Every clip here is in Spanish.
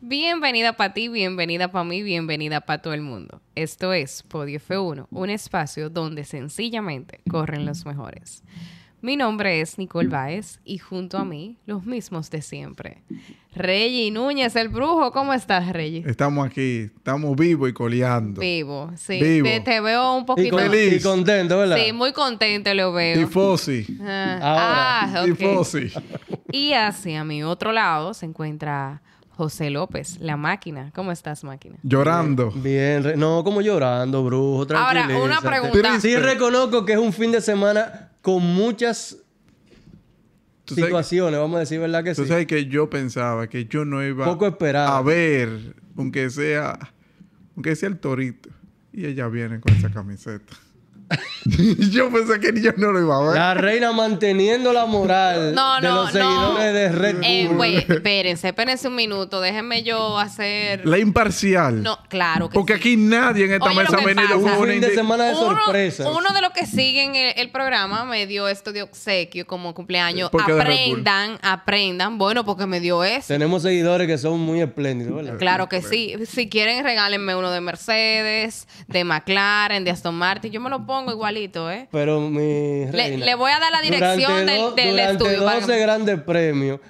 Bienvenida para ti, bienvenida para mí, bienvenida para todo el mundo. Esto es Podio F1, un espacio donde sencillamente corren los mejores. Mi nombre es Nicole Báez y junto a mí, los mismos de siempre. Reggie Núñez, el brujo, ¿cómo estás, Reggie? Estamos aquí, estamos vivos y coleando. Vivo, sí. Vivo. Te, te veo un poquito. con- Feliz. y contento, ¿verdad? Sí, muy contento lo veo. Tifosi. Ah, ah, ok. Tifosi. Y hacia mi otro lado se encuentra José López, la máquina. ¿Cómo estás, máquina? Llorando. Bien, re- no, como llorando, brujo, Ahora, tranquilízate. una pregunta. Sí reconozco que es un fin de semana con muchas Tú sabes- situaciones, vamos a decir, ¿verdad que sí? Tú sabes que yo pensaba que yo no iba Poco esperado. a ver, aunque sea, aunque sea el torito. Y ella viene con esa camiseta. yo pensé que yo no lo iba a ver. La reina manteniendo la moral No, de no, los no. seguidores de Red Bull. Eh, güey, espérense, espérense un minuto. Déjenme yo hacer. La imparcial. No, claro que Porque sí. aquí nadie en esta Oye, mesa lo ha que venido pasa- con un una fin de indi- semana de uno, sorpresas. uno de los que siguen el, el programa me dio esto de obsequio como cumpleaños. ¿Por qué de Red Bull? Aprendan, aprendan. Bueno, porque me dio eso. Tenemos seguidores que son muy espléndidos, ¿verdad? Claro que sí. Si quieren, regálenme uno de Mercedes, de McLaren, de Aston Martin. Yo me lo pongo igualito, ¿eh? Pero mi Le, reina, le voy a dar la dirección durante del, do- del durante estudio. para que 12 me- grandes premios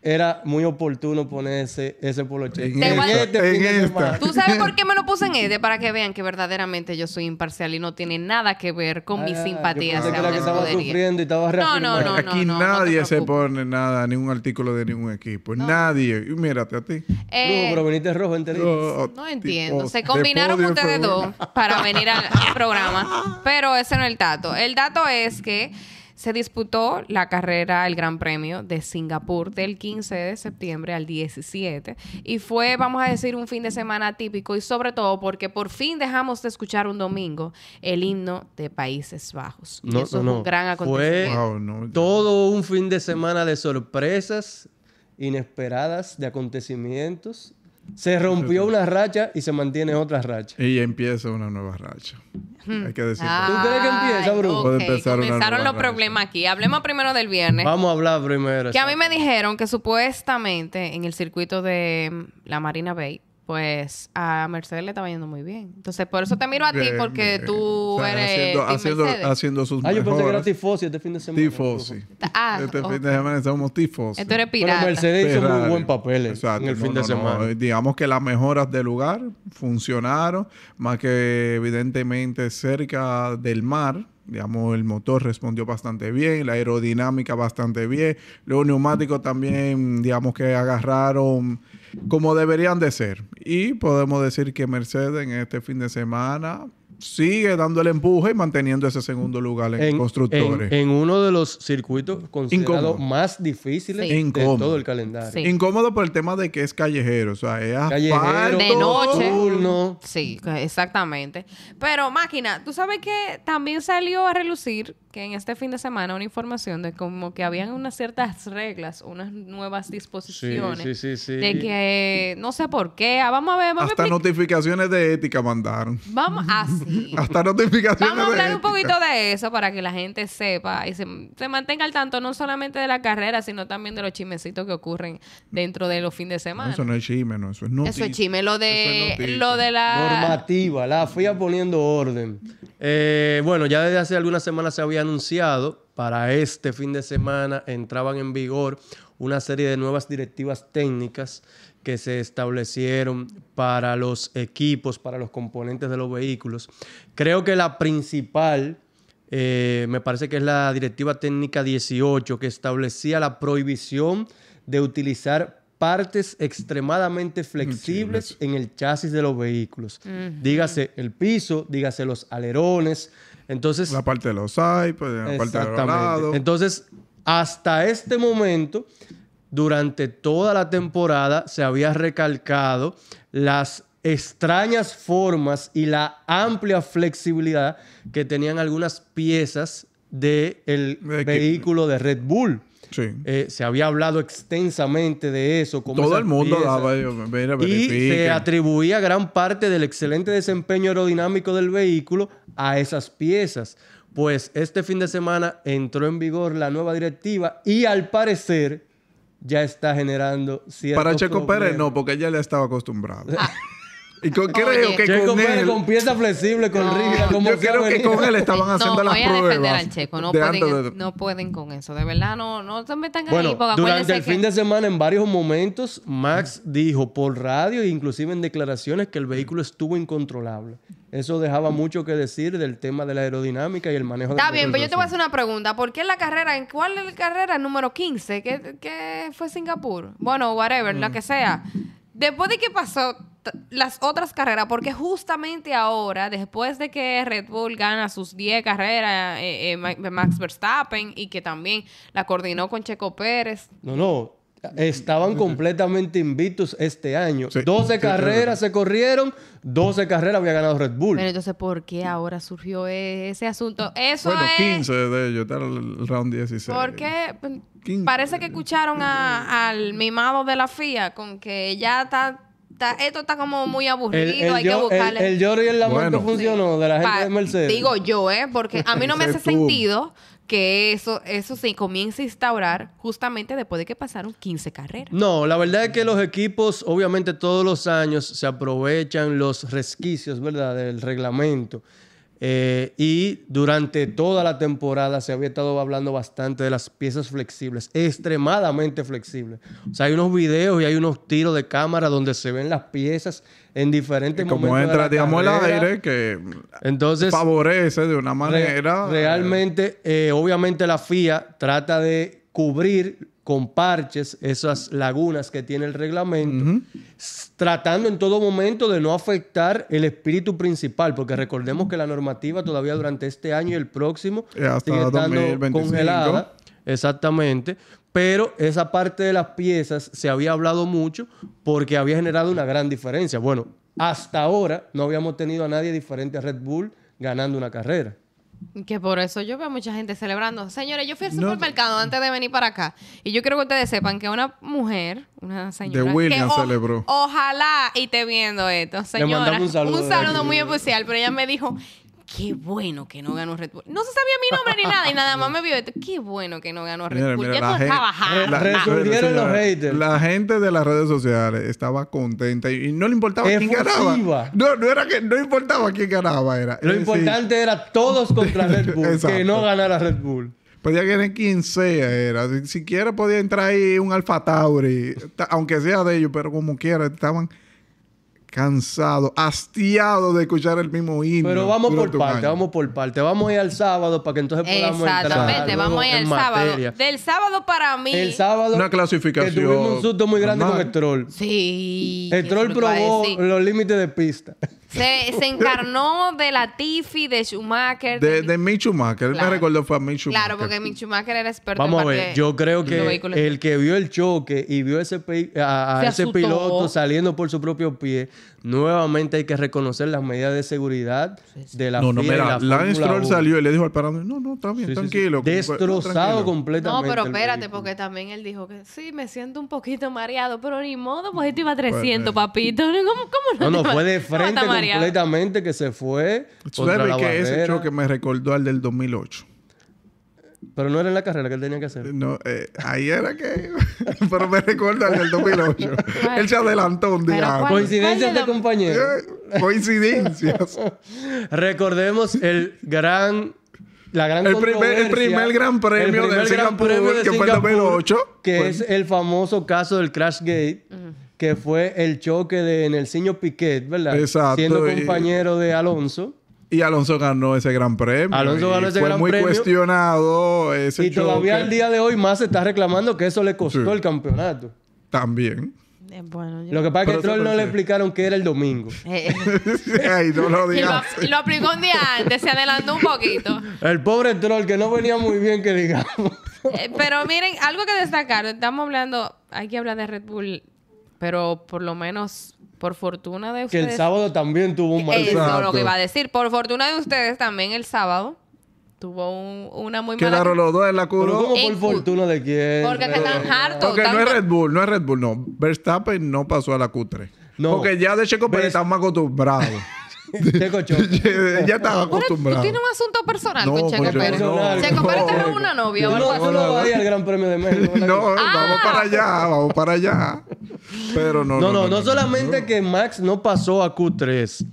era muy oportuno poner ese, ese poloche. este En esta, en fin de esta. semana. ¿Tú sabes por qué me lo puse en este? Para que vean que verdaderamente yo soy imparcial y no tiene nada que ver con mi Ah, simpatía yo pensé hacia que era una que estaba escudería. sufriendo y estaba reafirmando. No, no, Aquí no, no te nadie se preocupes. pone nada, ningún artículo de ningún equipo. Nadie. Y mírate a ti. Eh, Brujo, pero viniste rojo enterito. Oh, no entiendo. tipo, Se de combinaron podio, ustedes por favor. dos para venir al, al programa, pero ese no es el dato. El dato es que se disputó la carrera, el Gran Premio de Singapur del 15 de septiembre al 17 y fue, vamos a decir, un fin de semana típico y sobre todo porque por fin dejamos de escuchar un domingo el himno de Países Bajos. Y No, eso no, es un no. gran Fue- acontecimiento. Wow, no. Todo un fin de semana de sorpresas inesperadas, de acontecimientos. Se rompió una racha y se mantiene otra racha. Y empieza una nueva racha. Hay que decirlo. Ah, ¿Tú crees que empieza, Ay, Bruno? ok, Puede empezar una Comenzaron nueva los racha. problemas aquí. Hablemos primero del viernes. Vamos a hablar primero. Eh. Que a mí me dijeron que supuestamente en el circuito de mm, la Marina Bay, pues a Mercedes le estaba yendo muy bien. Entonces, por eso te miro a ti, Bien, porque bien. tú O sea, eres. haciendo, team haciendo, Mercedes. haciendo sus Ah, yo pensé que era mejoras. tifosi este fin de semana. tifosi. Ah, este ok. Este fin de semana somos tifosi. Entonces eres Pero pirata. Mercedes hizo muy Ferrari. buen papel eh, Exacto. en el No, fin de no, eh, no. semana. Digamos que las mejoras del lugar funcionaron, más que evidentemente cerca del mar. Digamos, el motor respondió bastante bien, la aerodinámica bastante bien, los neumáticos también, digamos que agarraron como deberían de ser. Y podemos decir que Mercedes en este fin de semana sigue dando el empuje y manteniendo ese segundo lugar en, constructores. en- en uno de los circuitos considerados Incómodo. más difíciles Sí. de Incómodo. todo el calendario. Sí. Incómodo por el tema de que es callejero, o sea, es Callejero, asfalto. De noche. Turno. Sí, exactamente. Pero, máquina, tú sabes que también salió a relucir que en este fin de semana una información de como que habían unas ciertas reglas, unas nuevas disposiciones. sí, sí, sí. De que eh, no sé por qué. Ah, vamos a ver, vamos a Hasta explicar. notificaciones de ética mandaron. Vamos ah, así. Hasta notificaciones Vamos a de hablar un ética. poquito de eso para que la gente sepa y se, se mantenga al tanto no solamente de la carrera, sino también de los chismecitos que ocurren dentro de los fines de No, semana. eso no es chisme, no, eso es eso noticia. es chisme, lo de, Eso es noticia. lo de la... Normativa, la FIA poniendo orden. Eh, bueno, ya desde hace algunas semanas se había anunciado, para este fin de semana entraban en vigor una serie de nuevas directivas técnicas que se establecieron para los equipos, para los componentes de los vehículos. Creo que la principal, eh, me parece que es la Directiva Técnica 18, que establecía la prohibición de utilizar partes extremadamente flexibles en el chasis de los vehículos. Dígase el piso, dígase los alerones. Entonces, La parte de los iPads, la parte de los lados. entonces, hasta este momento, durante toda la temporada, se había recalcado las extrañas formas y la amplia flexibilidad que tenían algunas piezas del De equipo. vehículo de Red Bull. Sí. Eh, se había hablado extensamente de eso. cómo Todo esas el mundo piezas- daba, yo, mira, y se verifiquen. atribuía gran parte del excelente desempeño aerodinámico del vehículo a esas piezas. Pues este fin de semana entró en vigor la nueva directiva y al parecer ya está generando ciertos Para Checo Pérez problemas. no, porque ella ya estaba acostumbrado. y con- creo Ah. Oye. que Checo con Pérez él... con pieza flexible, con No. rígida, como yo sea creo que venida. con él estaban haciendo no, las voy a pruebas. defender al Checo. No de pueden, antes de- no pueden con eso. De verdad, no, no se metan ahí. Bueno, Porque durante acuérdense el fin que... de semana, en varios momentos, Max dijo por radio e inclusive en declaraciones que el vehículo estuvo incontrolable. Eso dejaba mucho que decir del tema de la aerodinámica y el manejo de Está bien, pero yo te voy a hacer una pregunta. ¿Por qué en la carrera, en cuál es la carrera número 15? ¿Qué, qué fue Singapur? Bueno, whatever, la que sea. Después de que pasó t- las otras carreras, porque justamente ahora, después de que Red Bull gana sus 10 carreras, eh, eh, Ma- Max Verstappen, y que también la coordinó con Checo Pérez, No, no. Estaban completamente invictos este año. Sí, 12 sí, carreras se corrieron, 12 carreras había ganado Red Bull. Pero entonces, ¿por qué ahora surgió e- ese asunto? Eso Bueno, es 15 de ellos, está el round 16. porque p- 15. parece que escucharon a- al mimado de la FIA con que ya está, está- esto está como muy aburrido, el, el hay que yo- el- buscarle. el lloro y el lamento Bueno. funcionó de la gente Pa- de Mercedes. Digo yo, ¿eh? Porque a mí no me Ese hace tú. sentido que eso, eso se comience a instaurar justamente después de que pasaron 15 carreras. No, la verdad es que los equipos, obviamente todos los años, se aprovechan los resquicios, ¿verdad?, del reglamento. Eh, y durante toda la temporada se había estado hablando bastante de las piezas flexibles, extremadamente flexibles. O sea, hay unos videos y hay unos tiros de cámara donde se ven las piezas en diferentes Como momentos. este de la entra, digamos, el carrera. aire que Entonces, favorece de una Re- manera. realmente, eh, obviamente la FIA trata de cubrir con parches esas lagunas que tiene el reglamento, s- tratando en todo momento de no afectar el espíritu principal, porque recordemos que la normativa todavía durante este año y el próximo Eh, hasta 2025. congelada. Exactamente. Pero esa parte de las piezas se había hablado mucho porque había generado una gran diferencia. Bueno, hasta ahora no habíamos tenido a nadie diferente a Red Bull ganando una carrera. Que por eso yo veo a mucha gente celebrando. Señores, yo fui al No. supermercado antes de venir para acá. Y yo quiero que ustedes sepan que una mujer, una señora. De William que celebró. Ojalá y esté viendo esto, señora. mandamos un saludo de aquí. muy especial. Pero ella me dijo. Qué bueno que no ganó Red Bull. No se sabía mi nombre ni nada y nada más me vio esto. Qué bueno que no ganó Red Mira, Bull. mira, ya la tú gente- estabas harta. la- Resolvieron los haters. La gente de las redes sociales estaba contenta y, y no le importaba quién Efusiva. ganaba. No, no era que no importaba quién ganaba, era. Lo Es decir, importante era todos contra Red Bull, que Exacto. no ganara Red Bull. Podía ganar quien sea, era. Ni siquiera podía entrar ahí un Alfa Tauri, ta- aunque sea de ellos, pero como quiera, estaban cansados, hastiados de escuchar el mismo himno. Pero vamos por durante un parte, año. vamos por parte. Vamos a ir al sábado para que entonces podamos entrar. Exactamente. luego Vamos a ir en el sábado. materia. Del sábado para mí. El sábado Una clasificación que tuvimos un susto muy grande normal. con el troll. Sí. El eso troll es lo que iba a probó decir. los límites de pista. Se, se encarnó de Latifi, de Schumacher. De, de Mick Schumacher. Él Claro. me recordó fue a Mick Schumacher. Claro, porque Mick Schumacher era experto Vamos a en ver, parte- yo creo los que vehículos. el que vio el choque y vio ese pe- a, a Se ese asustó. piloto saliendo por su propio pie, nuevamente hay que reconocer las medidas de seguridad de la no, no, FIA y mira, la Lance Fórmula Stroll 1. salió y le dijo al parado, no, no, está Sí, bien, sí, sí. tranquilo. como- Destrozado tranquilo". No, completamente. pero el espérate, vehículo. porque también él dijo que sí, me siento un poquito mareado, pero ni modo, pues esto iba a 300, eh. papito. ¿Cómo, cómo te No, no, va- fue de cómo va a frente estar mareado? completamente que se fue. Tú Contra sabes la que ese barrera. choque me recordó al del 2008. Pero no era en la carrera que él tenía que hacer. No, eh, ahí era que... pero me recuerda al del 2008. Él se adelantó un Pero día. ¿cuál? antes. Coincidencias de lo- compañero. Eh, Coincidencias. Eh. Recordemos el gran. La gran El primer- el controversia, primer gran premio el primer de gran Singapur, premio de que fue el Singapur, 2008, Que fue- es el famoso caso del Crash Gate, que fue el choque de Enelciño Piquet, ¿verdad? Exacto, Siendo y- compañero de Alonso. Y Alonso ganó ese gran premio. Alonso y ganó ese fue gran muy premio. cuestionado ese Y todavía Este choque. al día de hoy más se está reclamando que eso le costó Sí. el campeonato. También. Eh, Bueno, yo- Lo que pasa es que Pero eso Troll no le parece- explicaron que era el domingo. Eh, Ay, no lo y digas. lo, y lo aplicó un día antes, se adelantó un poquito. El pobre Troll que no venía muy bien, que digamos. Eh, pero miren, algo que destacar, estamos hablando, hay que hablar de Red Bull, pero por lo menos, por fortuna de Que ustedes. el sábado también tuvo un mal. Eso día. Pues, es lo Exacto. que iba a decir. Por fortuna de ustedes también el sábado tuvo un- una muy mala... Quedaron los dos en la Pero curva. como Ey, por fortuna de quién. Porque que están hartos. eh. Porque no tanto- es Red Bull, no es Red Bull, no. Verstappen no pasó a la Q3. No. Porque ya de Checo Pérez Verst- estamos acostumbrados. Checo Choco. ya estaba Bueno, Tú acostumbrado. tienes un asunto personal No, con Checo con Checo Pérez. no. Checo Pérez te No, robó una novia o Tú algo no, así. tú no vas a ir al Gran Premio de México. ¿verdad? No, vamos Ah. para allá, vamos para allá. Pero no. No, no, no solamente que Max no pasó a Q3,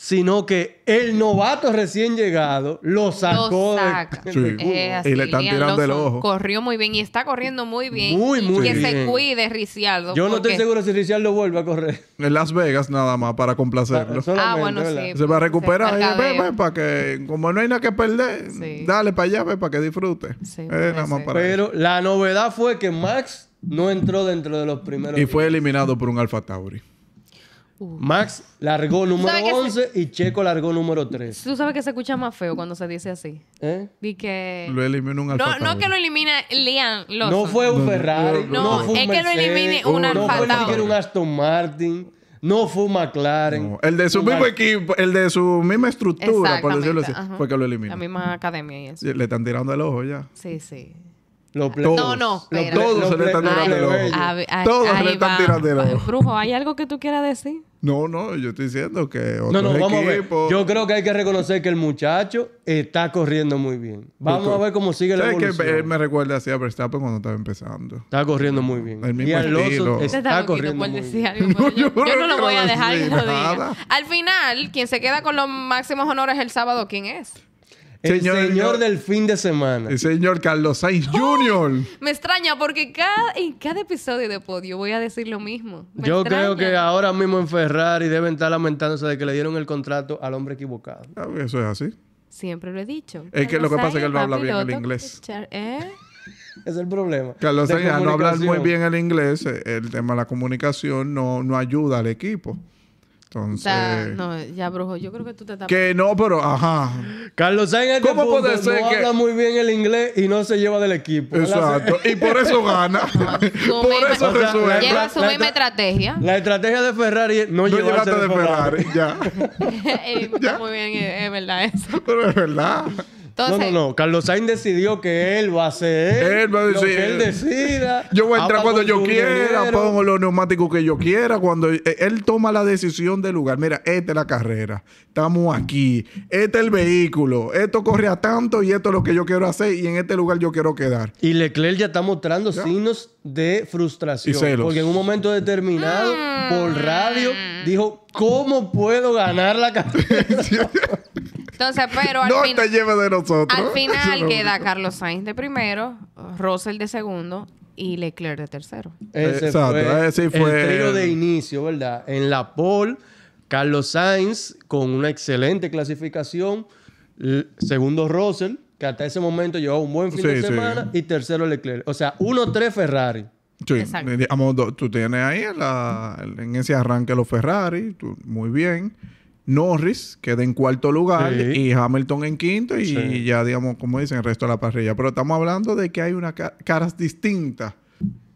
sino que el novato recién llegado lo sacó. Lo de- saca. Sí. Es así, Y le están Liam tirando el Lawson ojo. Corrió muy bien y está corriendo muy bien. Muy, Y muy que se bien. cuide, Riciardo. Yo no porque- estoy seguro si Richardo vuelve a correr. En Las Vegas nada más para complacerlo. Ah, Solamente, bueno, ¿verdad? sí. Se va a recuperar. Se Oye, mercadea. Ve, ve, para que, como no hay nada que perder, Sí. dale para allá, ve, para que disfrute. Sí, Eh, puede nada más ser. para Pero la novedad fue que Max no entró dentro de los primeros. eso. Y fue eliminado por un Alfa Tauri. Max largó número ¿Sabe qué se- 11 y Checo largó número 3. Tú sabes que se escucha más feo cuando se dice así. ¿Eh? Di que... Lo eliminó un Alfa No, no Tauri. que lo elimina Liam Lawson. No fue un No, Ferrari. no, No, no, fue un es que lo Mercedes, elimine un No Alfa fue ni siquiera Tauri. un Aston Martin. No fue un McLaren. No, El de su un mismo Gal- equipo, el de su misma estructura, por Exactamente, decirlo así, ajá. fue que lo La eliminó. misma academia y eso. Le están tirando el ojo ya. Sí, sí. Lo ple- Todos. No, no, Lo- espera. Todos se le están Ay, tirando el ay, ojo. A ver, ahí- Todos se ahí le están va. tirando el ojo. Brujo, ¿hay algo que tú quieras decir? No, no, yo estoy diciendo que No, otros no, vamos a equipos. ver. Yo creo que hay que reconocer que el muchacho está corriendo muy bien. Vamos Justo. a ver cómo sigue la ¿Sabes evolución. que él me recuerda así a Verstappen cuando estaba empezando? Está corriendo muy bien. El mismo y Alonso estilo. Usted está está loquito corriendo muy por decir bien. algo. pero yo, yo yo no no lo voy a quiero dejar que decir lo diga. nada. Al final, quien se queda con los máximos honores el sábado, ¿quién es? El Señor, señor, yo- del fin de semana. El señor Carlos Sainz ¡Oh! Jr. Me extraña porque cada, en cada episodio de podio voy a decir lo mismo. Me Yo extraña. creo que ahora mismo en Ferrari deben estar lamentándose de que le dieron el contrato al hombre equivocado. Ah, Eso es así. Siempre lo he dicho. Es que lo que pasa es que él no va a habla hablar bien el inglés. ¿Eh? Ese es el problema. Carlos De Sainz, al no hablar muy comunicación. bien el inglés, eh, el tema de la comunicación no, no ayuda al equipo. O Entonces. sea, no, ya, brujo, yo creo que tú te estás... Que no, pero ajá. Carlos Sainz en este ¿Cómo punto puede ser no que- habla muy bien el inglés y no se lleva del equipo. Exacto. Y por eso gana. Su por misma- eso O sea, resuelve. la- Lleva su la- misma estrategia. La estrategia de Ferrari es No no, llevarse llevaste de de Ferrari, ya. Eh, Ya. está muy bien, eh, es, verdad eso. Pero es verdad. Entonces, no, no, no. Carlos Sainz decidió que él va a ser Él va a lo decir- que él decida. Yo voy a entrar Habla cuando con yo su quiera, ingeniero. pongo los neumáticos que yo quiera. Cuando eh, él toma la decisión del lugar, mira, esta es la carrera, estamos aquí, este es el vehículo, esto corre a tanto y esto es lo que yo quiero hacer y en este lugar yo quiero quedar. Y Leclerc ya está mostrando signos de frustración. Y celos. Porque en un momento determinado, por radio, dijo, ¿cómo puedo ganar la carrera? entonces pero al no final... te lleves de nosotros. Al Eso es final lo queda único. Carlos Sainz de primero, Russell de segundo y Leclerc de tercero. Exacto, ese fue el trío el- de inicio, ¿verdad? En la pole, Carlos Sainz con una excelente clasificación. l- Segundo, Russell, que hasta ese momento llevaba un buen fin de Sí, sí. semana. Y tercero, Leclerc. O sea, 1-3 Ferrari. Sí, Exacto. digamos, do- tú tienes ahí la- en ese arranque los Ferrari, tú- muy bien. Norris queda en cuarto lugar Sí. y Hamilton en quinto y Sí. ya, digamos, como dicen, el resto de la parrilla. Pero estamos hablando de que hay unas ca- caras distintas.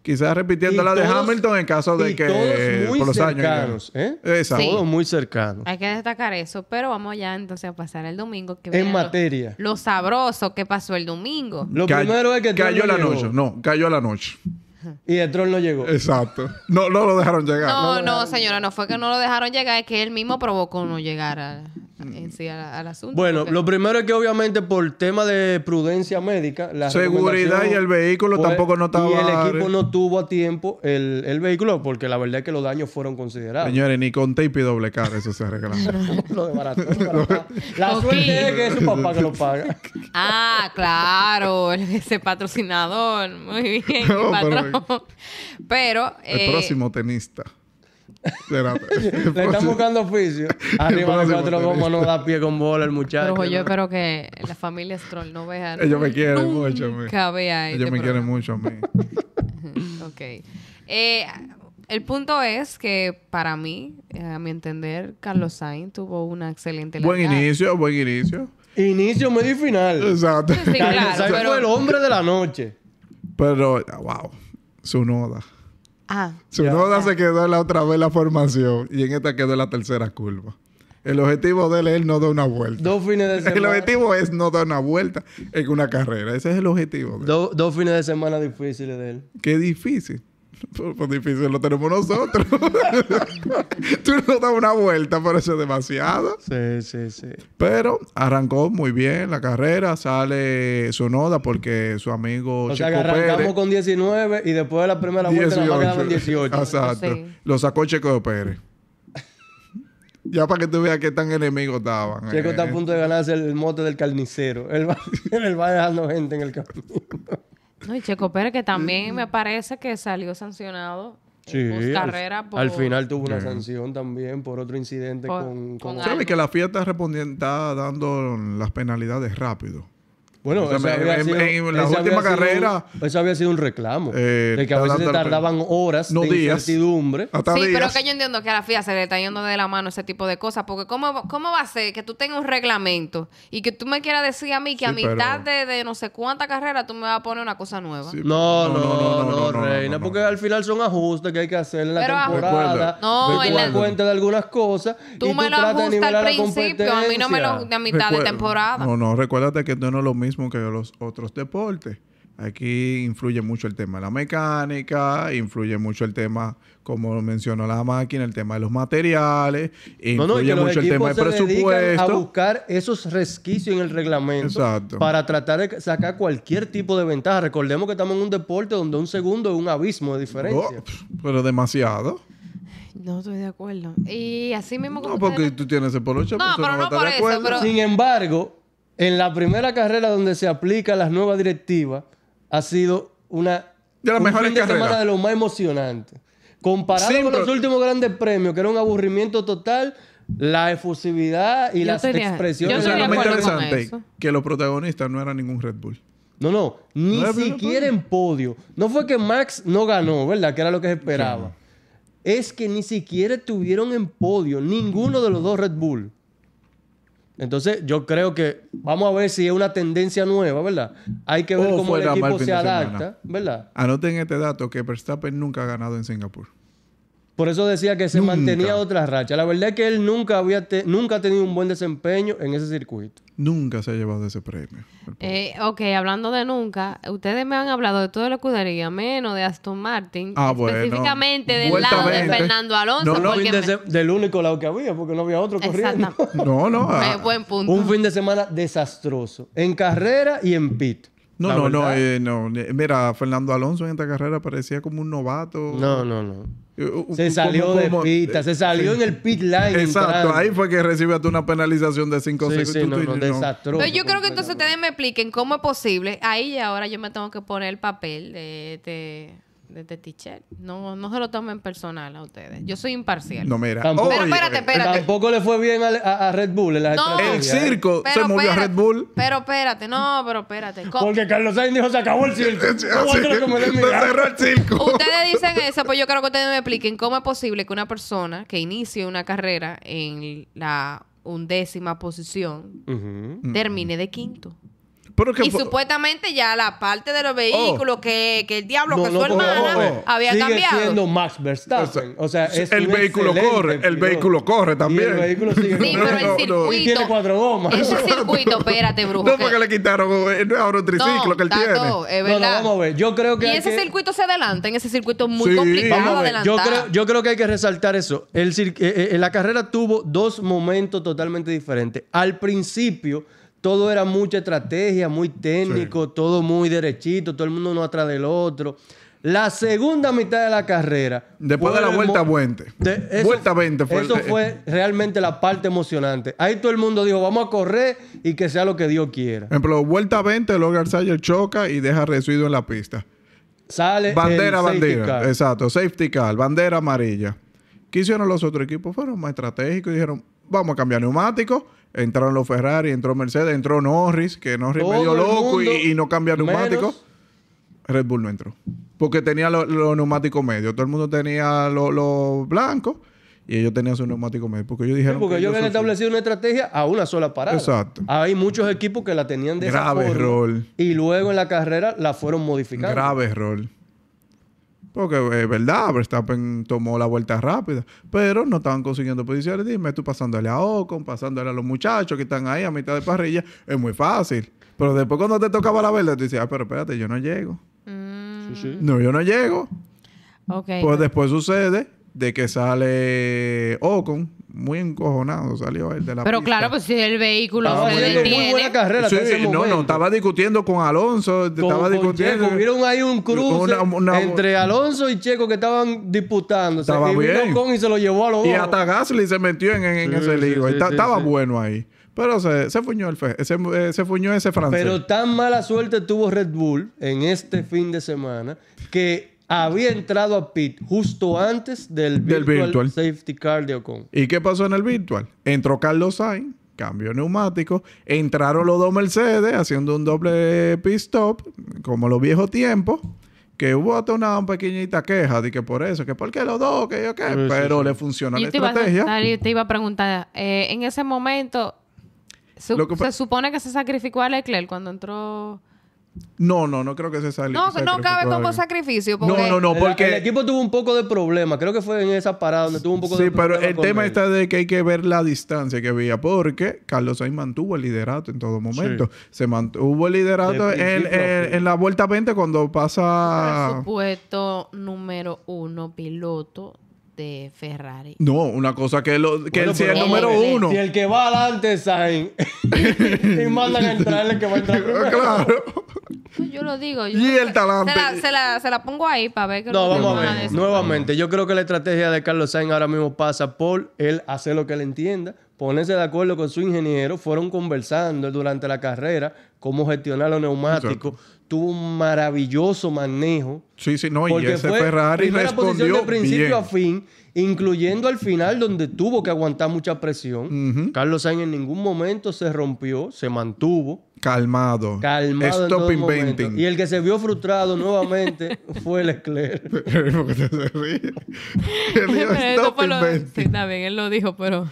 Quizás repitiendo Y la de todos- Hamilton en caso de y que todos muy por los cercanos, años. ¿eh? ya. Exacto. Sí. Todo muy cercano. Hay que destacar eso, pero vamos ya entonces a pasar el domingo. Que En viene lo- materia. Lo, sabroso que pasó el domingo. Lo Ca- primero es que el tron cayó no la llegó. noche. No, cayó la noche. Y el tron no llegó. Exacto. No, no lo dejaron llegar. No, no, señora, no fue que no lo dejaron llegar, es que él mismo provocó no llegar a- en sí al, al asunto. Bueno, porque- lo primero es que obviamente por tema de prudencia médica, la Seguridad recomendación y el vehículo tampoco no estaba- Y el equipo no tuvo a tiempo el, el vehículo porque la verdad es que los daños fueron considerables. Señores, ni con tape y doble cara eso se arregla. Lo de barato, lo de barato. La Ok. suerte es que es su papá que lo paga. Ah, claro, ese patrocinador. Muy bien, No, patrón. pero- Pero, El eh, próximo tenista. Será- el Le están próximo- buscando oficio. Arriba de próximo cuatro tenista. gomas no da pie con bola el muchacho. Rojo, yo espero que la familia Stroll no vea. Ellos me quieren mucho a mí. Nunca vea este Ellos me quieren programa. mucho a mí. Ok. Eh, el punto es que para mí, eh, a mi entender, Carlos Sainz tuvo una excelente buen largada. inicio, buen inicio. Inicio, medio y final. Exacto. Sí, Carlos claro, Sainz pero- fue el hombre de la noche. Pero, wow, su noda. Ah, Su noda se quedó en la otra vez la formación y en esta quedó en la tercera curva. El objetivo de él es no dar una vuelta. Dos fines de semana. el objetivo es no dar una vuelta en una carrera. Ese es el objetivo. de él. Do- dos fines de semana difíciles de él. Qué difícil. Pues pues difícil lo tenemos nosotros. Tú nos das una vuelta, por eso es demasiado. Sí, sí, sí. Pero arrancó muy bien la carrera. Sale Sonoda porque su amigo O Chico sea, que arrancamos Pérez. con 19 y después de la primera vuelta nos quedaban 18. Exacto. Sí. Lo sacó Checo Pérez. ya para que tú veas qué tan enemigos estaban. Checo está a eh. punto de ganarse el mote del carnicero. Él va, él va dejando gente en el camino. No, y Checo Pérez, que también me parece que salió sancionado Sí, en al, Pues carrera por... al final tuvo una sanción también por otro incidente Por- con, con con- algo. ¿Sabes que la FIA está, respondiendo- está dando las penalidades rápido? Bueno, O sea, eso me- había en- sido- en la eso había última sido- carrera- eso había sido un reclamo. Eh, de que a veces se tardando- tardaban horas No de días. incertidumbre. Hasta sí, pero días. que yo entiendo que a la FIA se le está yendo de la mano ese tipo de cosas, porque ¿cómo, cómo va a ser que tú tengas un reglamento y que tú me quieras decir a mí que a Sí, pero- mitad de, de no sé cuánta carrera tú me vas a poner una cosa nueva? Sí, No, no, no, no, no, reina, no, porque no. al final son ajustes que hay que hacer en la Pero ajuste. temporada. Recuerda. No, te en das la- cuenta de algunas cosas. y Tú me lo tratas de ajustas nivelar al la principio, a mí no me lo competencia. ajustas a mitad Recuer- de temporada. No, no, recuérdate que esto no es lo mismo que los otros deportes. Aquí influye mucho el tema de la mecánica, influye mucho el tema, como mencionó la máquina, el tema de los materiales, influye No, no, y que los mucho el tema equipos del se dedican a presupuesto. buscar esos resquicios en el reglamento Exacto. para tratar de sacar cualquier tipo de ventaja. Recordemos que estamos en un deporte donde un segundo es un abismo de diferencia. Oh, pf, pero demasiado. No estoy de acuerdo. Y así mismo como No, ustedes- porque tú tienes el No, poloche, pues, pero va a no estar por de eso, acuerdo. pero- Sin embargo, en la primera carrera donde se aplican las nuevas directivas, ha sido una De las un mejores fin de carreras. semana de lo más emocionante. Comparado Sí, con pero- los últimos grandes premios, que era un aburrimiento total, la efusividad y Yo las estoy de- expresiones. yo estoy Entonces, de de lo la- más acuerdo con interesante eso. que los protagonistas no eran ningún Red Bull. No, no, ni No, pero no siquiera puede. en podio. No fue que Max no ganó, ¿verdad? Que era lo que se esperaba. Es que ni siquiera estuvieron en podio ninguno de los dos Red Bull. Entonces, yo creo que vamos a ver si es una tendencia nueva, ¿verdad? Hay que ver Oh, cómo el fuera, mal equipo fin se de semana. adapta, ¿verdad? Anoten este dato que Verstappen nunca ha ganado en Singapur. Por eso decía que se Nunca. mantenía otra racha. La verdad es que él nunca había te- nunca ha tenido un buen desempeño en ese circuito. Nunca se ha llevado ese premio. Eh, ok, hablando de nunca, ustedes me han hablado de todo lo que daría, menos de Aston Martin, Ah, bueno. específicamente del Vuelta lado de 20. Fernando Alonso. No, no, porque Fin de me- se- Del único lado que había, porque no había otro corriendo. Exactamente. No, no. ah, Eh, buen punto. Un fin de semana desastroso. En carrera y en pit. No, La no, no, verdad. eh, no. eh, Mira, Fernando Alonso en esta carrera parecía como un novato. No, no, no. Eh, u- Se u- salió como- de como- eh, pista, se salió en el pit line. Exacto, entrando. ahí fue que recibe hasta una penalización de 5 Sí, segundos. sí, no, Tú- no, tú- desastroso. Pero yo creo que entonces ustedes me expliquen cómo es posible. Ahí y ahora yo me tengo que poner el papel de este de, este teacher. No, no se lo tomen personal a ustedes. Yo soy imparcial. No, mira. Tampoco. Pero oye, espérate, eh, espérate. Tampoco le fue bien al- a, a Red Bull en las No. El estrategias, ¿eh? circo se movió a espérate, Red Bull. Pero espérate, no, pero espérate. Co- Porque Carlos Sainz dijo, se acabó el circo. Sí, No voy a tener que me den mi se gana". cerró el circo. Ustedes dicen eso, pues yo creo que ustedes me expliquen cómo es posible que una persona que inicie una carrera en la undécima posición Ujú. Mm. termine de quinto. Pero que Y fue- supuestamente ya la parte Oh. de los vehículos que, que el diablo, que su por hermana, favor. había Sigue cambiado. siendo Max Verstappen. O sea, es el un vehículo excelente corre, el piloto. vehículo corre también. Y el vehículo sigue Sí, No, pero el no, no. circuito. Y tiene cuatro gomas. Ese circuito, espérate, brujo. no que- fue que le quitaron, eh, no es ahora un triciclo No, que él Tato, tiene. es No, no, verdad. vamos a ver. Yo creo que y hay ese que- circuito se adelanta, en ese circuito es muy Sí. complicado Vamos Vamos a ver, yo adelantar. creo, yo creo que hay que resaltar eso. El cir- eh, eh, la carrera tuvo dos momentos totalmente diferentes. Al principio, todo era mucha estrategia, muy técnico, todo muy derechito, todo el mundo uno atrás del otro. La segunda mitad de la carrera. Después de la fue el vuelta mo- 20. de- eso- vuelta 20 fue. el- Eso fue realmente la parte emocionante. Ahí todo el mundo dijo, vamos a correr y que sea lo que Dios quiera. Por ejemplo, vuelta 20, Logan Sayer choca y deja residuo en la pista. Sale. Bandera, Eh, el safety bandera. car. Exacto. Safety car, bandera amarilla. ¿Qué hicieron los otros equipos? Fueron más estratégicos y dijeron, vamos a cambiar neumáticos. Entraron los Ferrari, entró Mercedes, entró Norris, que Norris Todo medio el loco mundo, y, y no cambia neumáticos. menos- Red Bull no entró. Porque tenía lo- los neumáticos medios. Todo el mundo tenía lo- los blancos y ellos tenían sus neumáticos medios. Porque ellos Sí, dijeron porque que ellos ellos habían son- establecido una estrategia a una sola parada. Exacto. Hay muchos equipos que la tenían de Grave esa forma, error. Y luego en la carrera la fueron modificando. Grave error. Porque es verdad, Verstappen tomó la vuelta rápida, pero no estaban consiguiendo posiciones. Dime, tú pasándole a Ocon, pasándole a los muchachos que están ahí a mitad de parrilla, es muy fácil. Pero después Mm. cuando te tocaba la vela, tú dices, ah, pero espérate, yo no llego. Sí, sí. No, yo no llego. Ok. Pues después sucede de que sale Ocon, muy encojonado salió el de la Pero pista. claro, pues si el vehículo Estaba se haciendo muy detiene. buena carrera. Sí, hasta ese no, momento. no, estaba discutiendo con Alonso, Con- estaba con discutiendo. Checo. Vieron ahí un cruce Una- una- entre Alonso y Checo que estaban disputando. Estaba se dividió bien. Ocon y se lo llevó a los Y ojos. hasta Gasly se metió en, en Oh. Sí, ese sí, lío. sí, Está- sí, estaba sí. bueno ahí. Pero se, se fuñó el fe- se, eh, se fuñó ese francés. Pero tan mala suerte tuvo Red Bull en este fin de semana que había entrado a pit justo antes del Del virtual, virtual. safety car de Ocon. ¿Y qué pasó en el virtual? Entró Carlos Sainz, cambió neumático, entraron los dos Mercedes haciendo un doble pit stop, como los viejos tiempos, que hubo hasta una pequeñita queja de que por eso, que por qué los dos, que yo qué, sí, pero le funcionó la Yo te iba, a estrategia. Dari, te iba a preguntar, eh, en ese momento, su- Lo que fa- se supone que se sacrificó a Leclerc cuando entró. No, no, no creo que se salió. No, se no cabe sacrificó como alguien. sacrificio. No, Porque no, no, El- porque... el, equipo tuvo un poco de problema. Creo que fue en esa parada donde tuvo un poco Sí, de pero problema. el con tema él. está de que hay que ver la distancia que había, porque Carlos Sainz mantuvo el liderato en todo momento. Se mantuvo el liderato De en, principio a en- fin. en la vuelta 20 cuando pasa... Presupuesto número uno, piloto de Ferrari. No, una cosa que, lo, que Bueno, él sea el pero número vamos a ver. uno. Ah, Si el que va adelante es Sainz y mandan a entrar el que va a entrar primero. Ah, claro. Pues yo lo digo. yo Y no el sé. talante. Se la, se la- se la pongo ahí para ver que Creo No, que vamos van a a ver. des- Nuevamente, yo creo que la estrategia de Carlos Sainz ahora mismo pasa por él hacer lo que él entienda, ponerse de acuerdo con su ingeniero. Fueron conversando durante la carrera cómo gestionar los neumáticos. Tuvo un maravilloso manejo. Sí, sí, no, y Porque ese fue Ferrari primera posición respondió de principio bien. a fin, incluyendo al final donde tuvo que aguantar mucha presión. Carlos Sainz en ningún momento se rompió, se mantuvo Calmado. calmado en Stop todo momento. inventing. Y el que se vio frustrado nuevamente fue Leclerc. Porque se ríe. Él dijo, Pero esto Stop fue lo- Sí, inventing. está bien, él lo dijo, pero.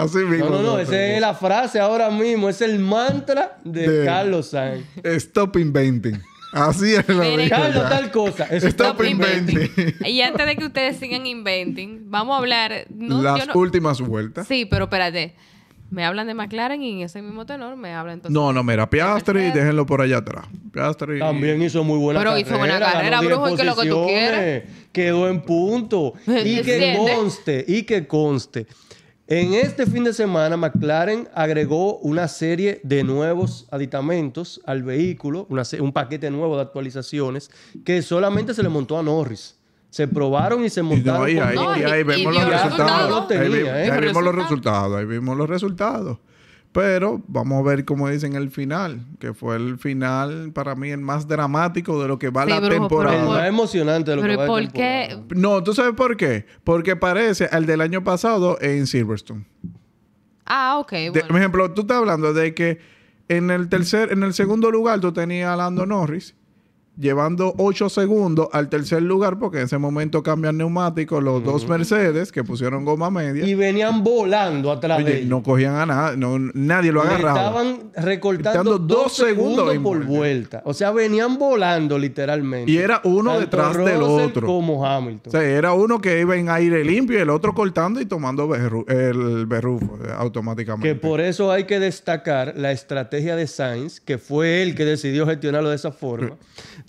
Así mismo. No, no, no, lo esa es la frase ahora mismo, es el mantra de, De- Carlos Sainz. tengo. Stop inventing. Así es lo Miren, dijo, Carlos ya. tal cosa. es Stop stop inventing. inventing. y antes de que ustedes sigan inventing, vamos a hablar. No, yo Las no- últimas vueltas. Sí, pero espérate. Me hablan de McLaren y en ese mismo tenor me hablan entonces. No, no, mira, Piastri, déjenlo por allá atrás. Piastri. También hizo muy buena Pero carrera. hizo buena carrera, ganó brujo, 10 y que lo que tú posiciones, quieras. Quedó en punto. Y que ¿Entiendes? conste, y que conste. En este fin de semana, McLaren agregó una serie de nuevos aditamentos al vehículo, una se- un paquete nuevo de actualizaciones que solamente se le montó a Norris. Se probaron y se Y no, montaron. ahí, con ahí, No, ahí, y- ahí y vemos vio los el resultados. resultado. Ahí vi- Tenía, ¿eh? ahí vimos los Resultado. resultados. Ahí vimos los resultados. Pero vamos a ver cómo dicen el final, que fue el final para mí el más dramático de lo que va Sí, la brujo, pero El temporada. por- más emocionante de lo Pero que ¿y va de por qué? temporada. No, ¿tú sabes por qué? Porque parece al del año pasado en Silverstone. Ah, ok. De- Bueno. por ejemplo, tú estás hablando de que en el tercer, en el segundo lugar tú tenías a Lando Norris llevando 8 segundos al tercer lugar porque en ese momento cambian neumáticos los dos Mercedes que pusieron goma media. Y venían volando atrás de Oye, ellos. no cogían a nada, no- nadie lo Le agarraba. Estaban recortando Dando dos, dos segundos segundos, en por vuelta. vuelta. O sea, venían volando literalmente. Y era uno Tanto detrás del Russell otro. Como O Hamilton. sea, era uno que iba en aire limpio y el otro cortando y tomando berru- el berrufo eh, automáticamente. Que por eso hay que destacar la estrategia de Sainz, que fue él que decidió gestionarlo de esa forma,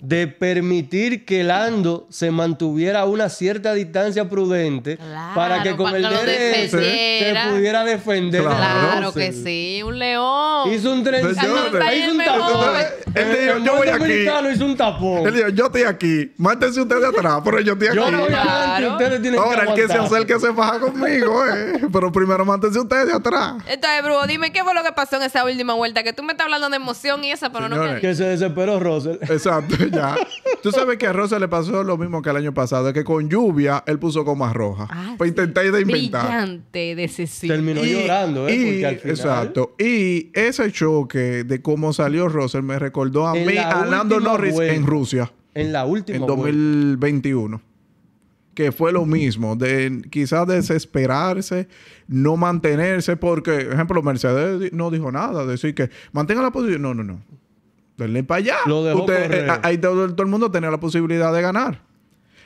de permitir que Lando se mantuviera a una cierta distancia prudente Claro, para que con para el que lo DRS se defendiera. pudiera defender. de Claro Russell. que sí, un león. Hizo un tren, Señores, hizo un tapón. Él El, dijo, el "Yo voy aquí". dominicano hizo un tapón. Él dijo, yo estoy aquí, mátense ustedes atrás, pero yo estoy aquí. Yo no voy Claro. adelante, ustedes tienen Ahora, el que se aguantar. acerque se faja conmigo, eh. Pero primero mántense ustedes atrás. Entonces, Bruno, dime qué fue lo que pasó en esa última vuelta. Que tú me estás hablando de emoción y esa, pero no Señores, me- Que se desesperó Russell. Exacto, ya. Tú sabes que a Rosa le pasó lo mismo que el año pasado, que con lluvia él puso gomas rojas. Ah, Pues intenté de inventar. Brillante decisión. Terminó llorando, ¿eh? y- Porque al final... Exacto. Y ese choque de cómo salió Russell me recordó a En mí, la a Lando última Norris vuelta. en Rusia, En la última en vuelta. 2021. Que fue lo mismo, de quizás desesperarse, no mantenerse, porque, por ejemplo, Mercedes di- no dijo nada, decir que mantenga la posición. No, no, no. Denle para allá. Lo dejó correr. a- ahí todo, todo el mundo tenía la posibilidad de ganar.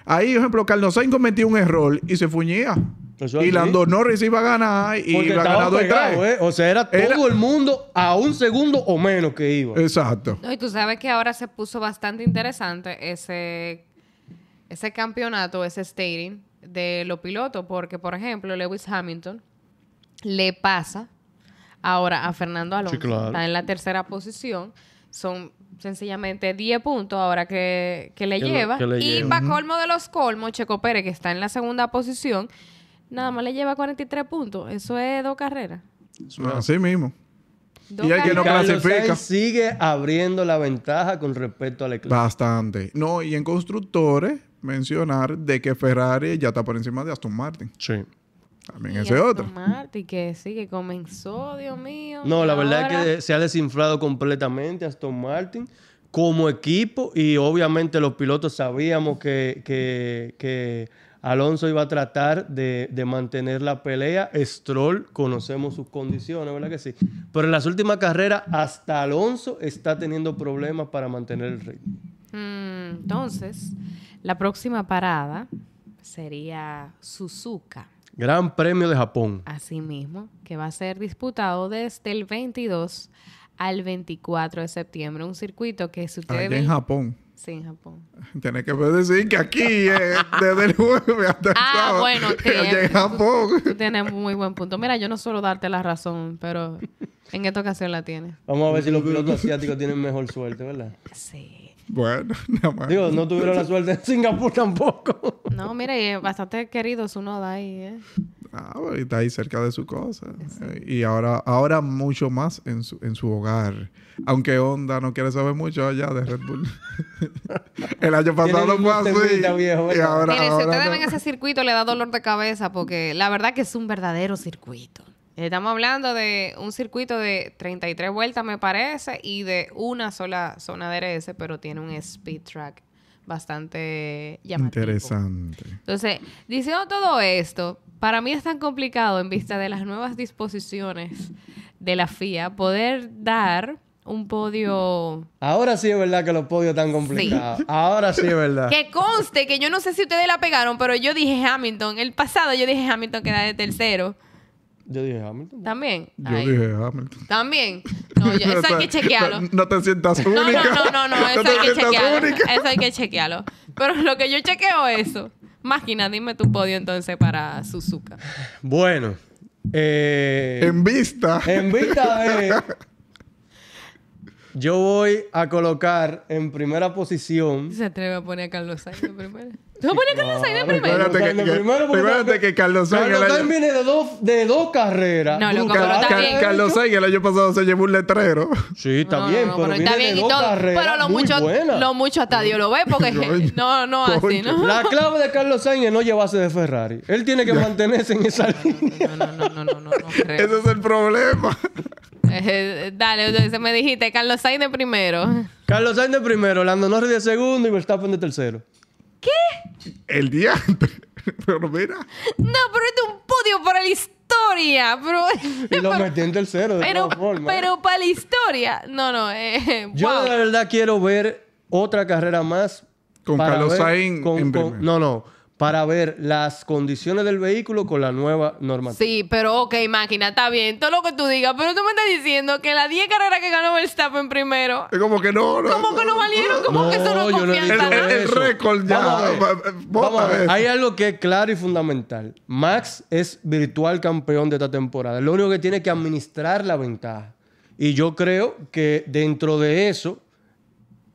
Ahí, por ejemplo, Carlos Sainz cometió un error y se fuñía. Eso Y es Lando Norris iba a ganar y Porque iba estaba ganando el pegado, tres. ¿eh? O sea, era, Era- todo el mundo a un segundo o menos que iba. Exacto. No, y tú sabes que ahora se puso bastante interesante ese ese campeonato, ese stating de los pilotos, porque por ejemplo Lewis Hamilton le pasa ahora a Fernando Alonso, claro. está en la tercera posición, son sencillamente 10 puntos ahora que, que le Que lo- lleva, que le y lleva. para colmo de los colmos, Checo Pérez, que está en la segunda posición, nada más le lleva 43 puntos, eso es dos carreras. Así mismo. Dos Y hay que no carreras. Carlos clasifica. Sainz sigue abriendo la ventaja con respecto a Leclerc. Bastante. No, y en constructores, mencionar de que Ferrari ya está por encima de Aston Martin. Sí. También Y ese es Aston otro. Martin, que sí, que comenzó, Dios mío. No, la verdad ahora- es que se ha desinflado completamente Aston Martin como equipo y obviamente los pilotos sabíamos que, que- que Alonso iba a tratar de, de mantener la pelea. Stroll, conocemos sus condiciones, ¿verdad que sí? Pero en las últimas carreras hasta Alonso está teniendo problemas para mantener el ritmo. Mm, entonces, la próxima parada sería Suzuka, Gran premio de Japón. así mismo, que va a ser disputado desde el 22 al 24 de septiembre. Un circuito que si ustedes... Allá ven- en Japón. Sí, en Japón. Tienes que decir que aquí, eh, desde el jueves hasta el Ah, sábado, bueno, allá en tienes- Japón. Tú tienes muy buen punto. Mira, yo no suelo darte la razón, pero en esta ocasión la tienes. Vamos a ver si los pilotos asiáticos tienen mejor suerte, ¿verdad? Sí. Bueno, nada más. Digo, no tuvieron la suerte en Singapur tampoco. No, mira, y es bastante querido su noda ahí, ¿eh? Ah, bueno, y está ahí cerca de su cosa. Eh, Y ahora, ahora mucho más en su, en su hogar. Aunque Honda no quiere saber mucho allá de Red Bull. el año pasado unos fue así. temitas, viejo, y ¿verdad? ahora, Miren, si ahora ustedes no. ven ese circuito, le da dolor de cabeza porque la verdad que es un verdadero circuito. Estamos hablando de un circuito de 33 vueltas, me parece, y de una sola zona de RS, pero tiene un speed track bastante llamativo. Interesante. Entonces, diciendo todo esto, para mí es tan complicado en vista de las nuevas disposiciones de la FIA poder dar un podio Ahora sí es verdad que los podios están complicados. Ahora sí es verdad. Que conste que yo no sé si ustedes la pegaron, pero yo dije Hamilton. El pasado yo dije Hamilton queda de tercero. Yo dije Hamilton. También. Yo Ay. dije Hamilton. También. No, yo- eso hay que chequearlo. No, no te sientas única. No, no, no, no, no, eso te hay que sientas chequearlo. única. Eso hay que chequearlo. Pero lo que yo chequeo es eso. Máquina, dime tu podio entonces para Suzuka. Bueno, eh, en... En vista. vista de. Yo voy a colocar en primera posición. Se atreve a poner a Carlos Sainz de primero. ¿Tú vas a poner a Carlos Sainz de primero? Espérate que, Carlos que- Sainz primero porque- espérate que Carlos Sainz. Carlos el año- Sainz viene de dos, de dos carreras. No, loco, Car- pero está Car- bien. Carlos Sainz el año pasado se llevó un letrero. Sí, está No, no, bien, no, pero, viene de y dos todo. carreras. Pero lo muy mucho, buenas. lo mucho hasta Dios lo ve porque Coño. no, no así, ¿no? La clave de Carlos Sainz es no llevarse de Ferrari. Él tiene que mantenerse en esa línea. No, no, no, no, no, no, no creo. Ese es el problema. Eh, dale, entonces me dijiste Carlos Sainz de primero. Carlos Sainz de primero, Lando Norris de segundo y Verstappen de tercero. El día antes. Pero mira, No, pero este es un podio para la historia. Pero, Y lo pero, metí en tercero, de pero, todas formas. ¿eh? pero para la historia. No, no, eh, Yo wow. de verdad quiero ver otra carrera más. Con para Carlos ver- Sainz en primera. No, no. Para ver las condiciones del vehículo con la nueva normativa. Sí, pero ok, máquina, está bien. Todo lo que tú digas, pero tú me estás diciendo que las 10 carreras que ganó Verstappen primero, es como que no. no ¿cómo que no valieron? ¿Cómo que eso no es yo no he El, confianza? dicho el- el eso. récord ya. Vamos a ver. va- va- bota Vamos a ver, eso. Hay algo que es claro y fundamental. Max es virtual campeón de esta temporada. Lo único que tiene es que administrar la ventaja. Y yo creo que dentro de eso,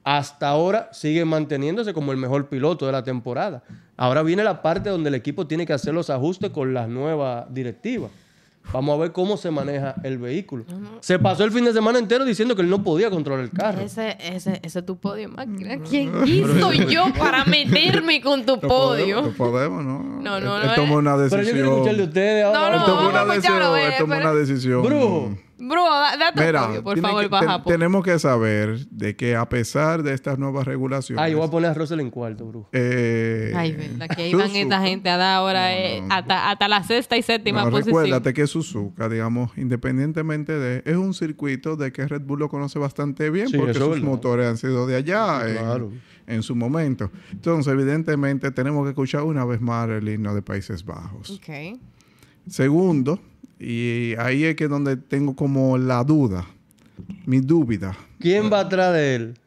hasta ahora sigue manteniéndose como el mejor piloto de la temporada. Ahora viene la parte donde el equipo tiene que hacer los ajustes con las nuevas directivas. Vamos a ver cómo se maneja el vehículo. Se pasó el fin de semana entero diciendo que él no podía controlar el carro. Ese, ese, ese es tu podio, máquina. ¿Quién soy yo para meterme con tu No podio? podemos, No podemos, no. No, no, Él- él no, tomó eh. una Pero yo quiero decisión. escuchar de Él ustedes ahora. No, tomó una vamos a escucharlo, decisión. eh, Él tomó pero- una decisión. Brujo. Bro, da, da tu Mira, podio, por tiene favor, que- para te- Japón. tenemos que saber de que a pesar de estas nuevas regulaciones, Ah, yo voy a poner a Russell en cuarto, brujo. eh, Ay, verdad, que Suzuka- iban esta gente a dar ahora No, eh, no. hasta, hasta la sexta y séptima No, posición. recuérdate que Suzuka, digamos, independientemente de... Es un circuito de que Red Bull lo conoce bastante bien Sí, porque eso es sus verdad. motores han sido de allá en, Claro. en su momento. Entonces, evidentemente, tenemos que escuchar una vez más el himno de Países Bajos. Ok. Segundo, y ahí es que donde tengo como la duda, mi dúvida. ¿Quién va atrás de él?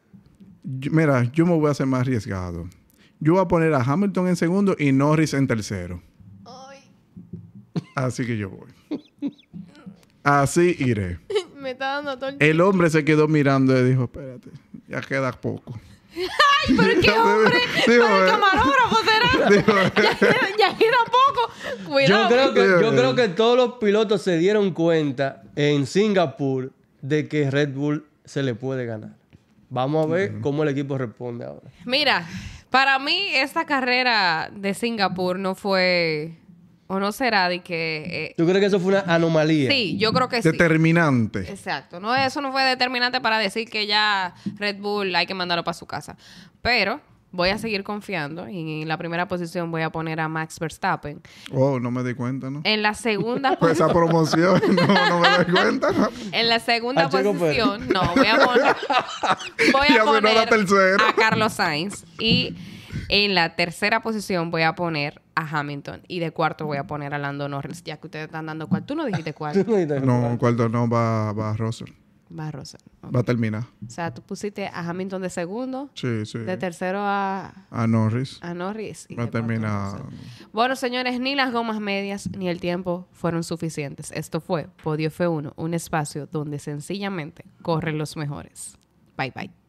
Yo- mira, yo me voy a hacer más arriesgado. Yo voy a poner a Hamilton en segundo y Norris en tercero. Así que yo voy. Así iré. Me está dando todo el... El hombre se quedó mirando y dijo, espérate, ya queda poco. ¡Ay, pero qué hombre! Digo, ¡Para el eh. camarógrafo pues, será! ya, queda- ya queda poco. Yo Cuidado. creo, que, yo Cuidado. creo que todos los pilotos se dieron cuenta en Singapur de que Red Bull se le puede ganar. Vamos a ver cómo el equipo responde ahora. Mira, para mí esta carrera de Singapur no fue o no será de que eh, ¿Tú crees que eso fue una anomalía? sí, yo creo que sí. Determinante. Exacto, no eso no fue determinante para decir que ya Red Bull hay que mandarlo para su casa. Pero voy a seguir confiando y en la primera posición voy a poner a Max Verstappen. Oh, no me di cuenta, ¿no? En la segunda Pues esa promoción, no, no me doy cuenta. ¿no? En la segunda A pues. Checo posición, no, voy a poner, voy Ya a, sonó la poner tercera. a Carlos Sainz. Y en la tercera posición voy a poner a Hamilton. Y de cuarto voy a poner a Lando Norris, ya que ustedes están dando cuál. Tú no dijiste Tú cuál. no dices- No, en cuarto no va, va Russell. Va, Rosa. Va a terminar. O sea, tú pusiste a Hamilton de segundo, Sí, sí. de Ah, tercero a, A Norris. a Norris. y Va a de cuarto terminar. Russell. Bueno, señores, ni las gomas medias ni el tiempo fueron suficientes. Esto fue Podio F1, un espacio donde sencillamente corren los mejores. Bye bye.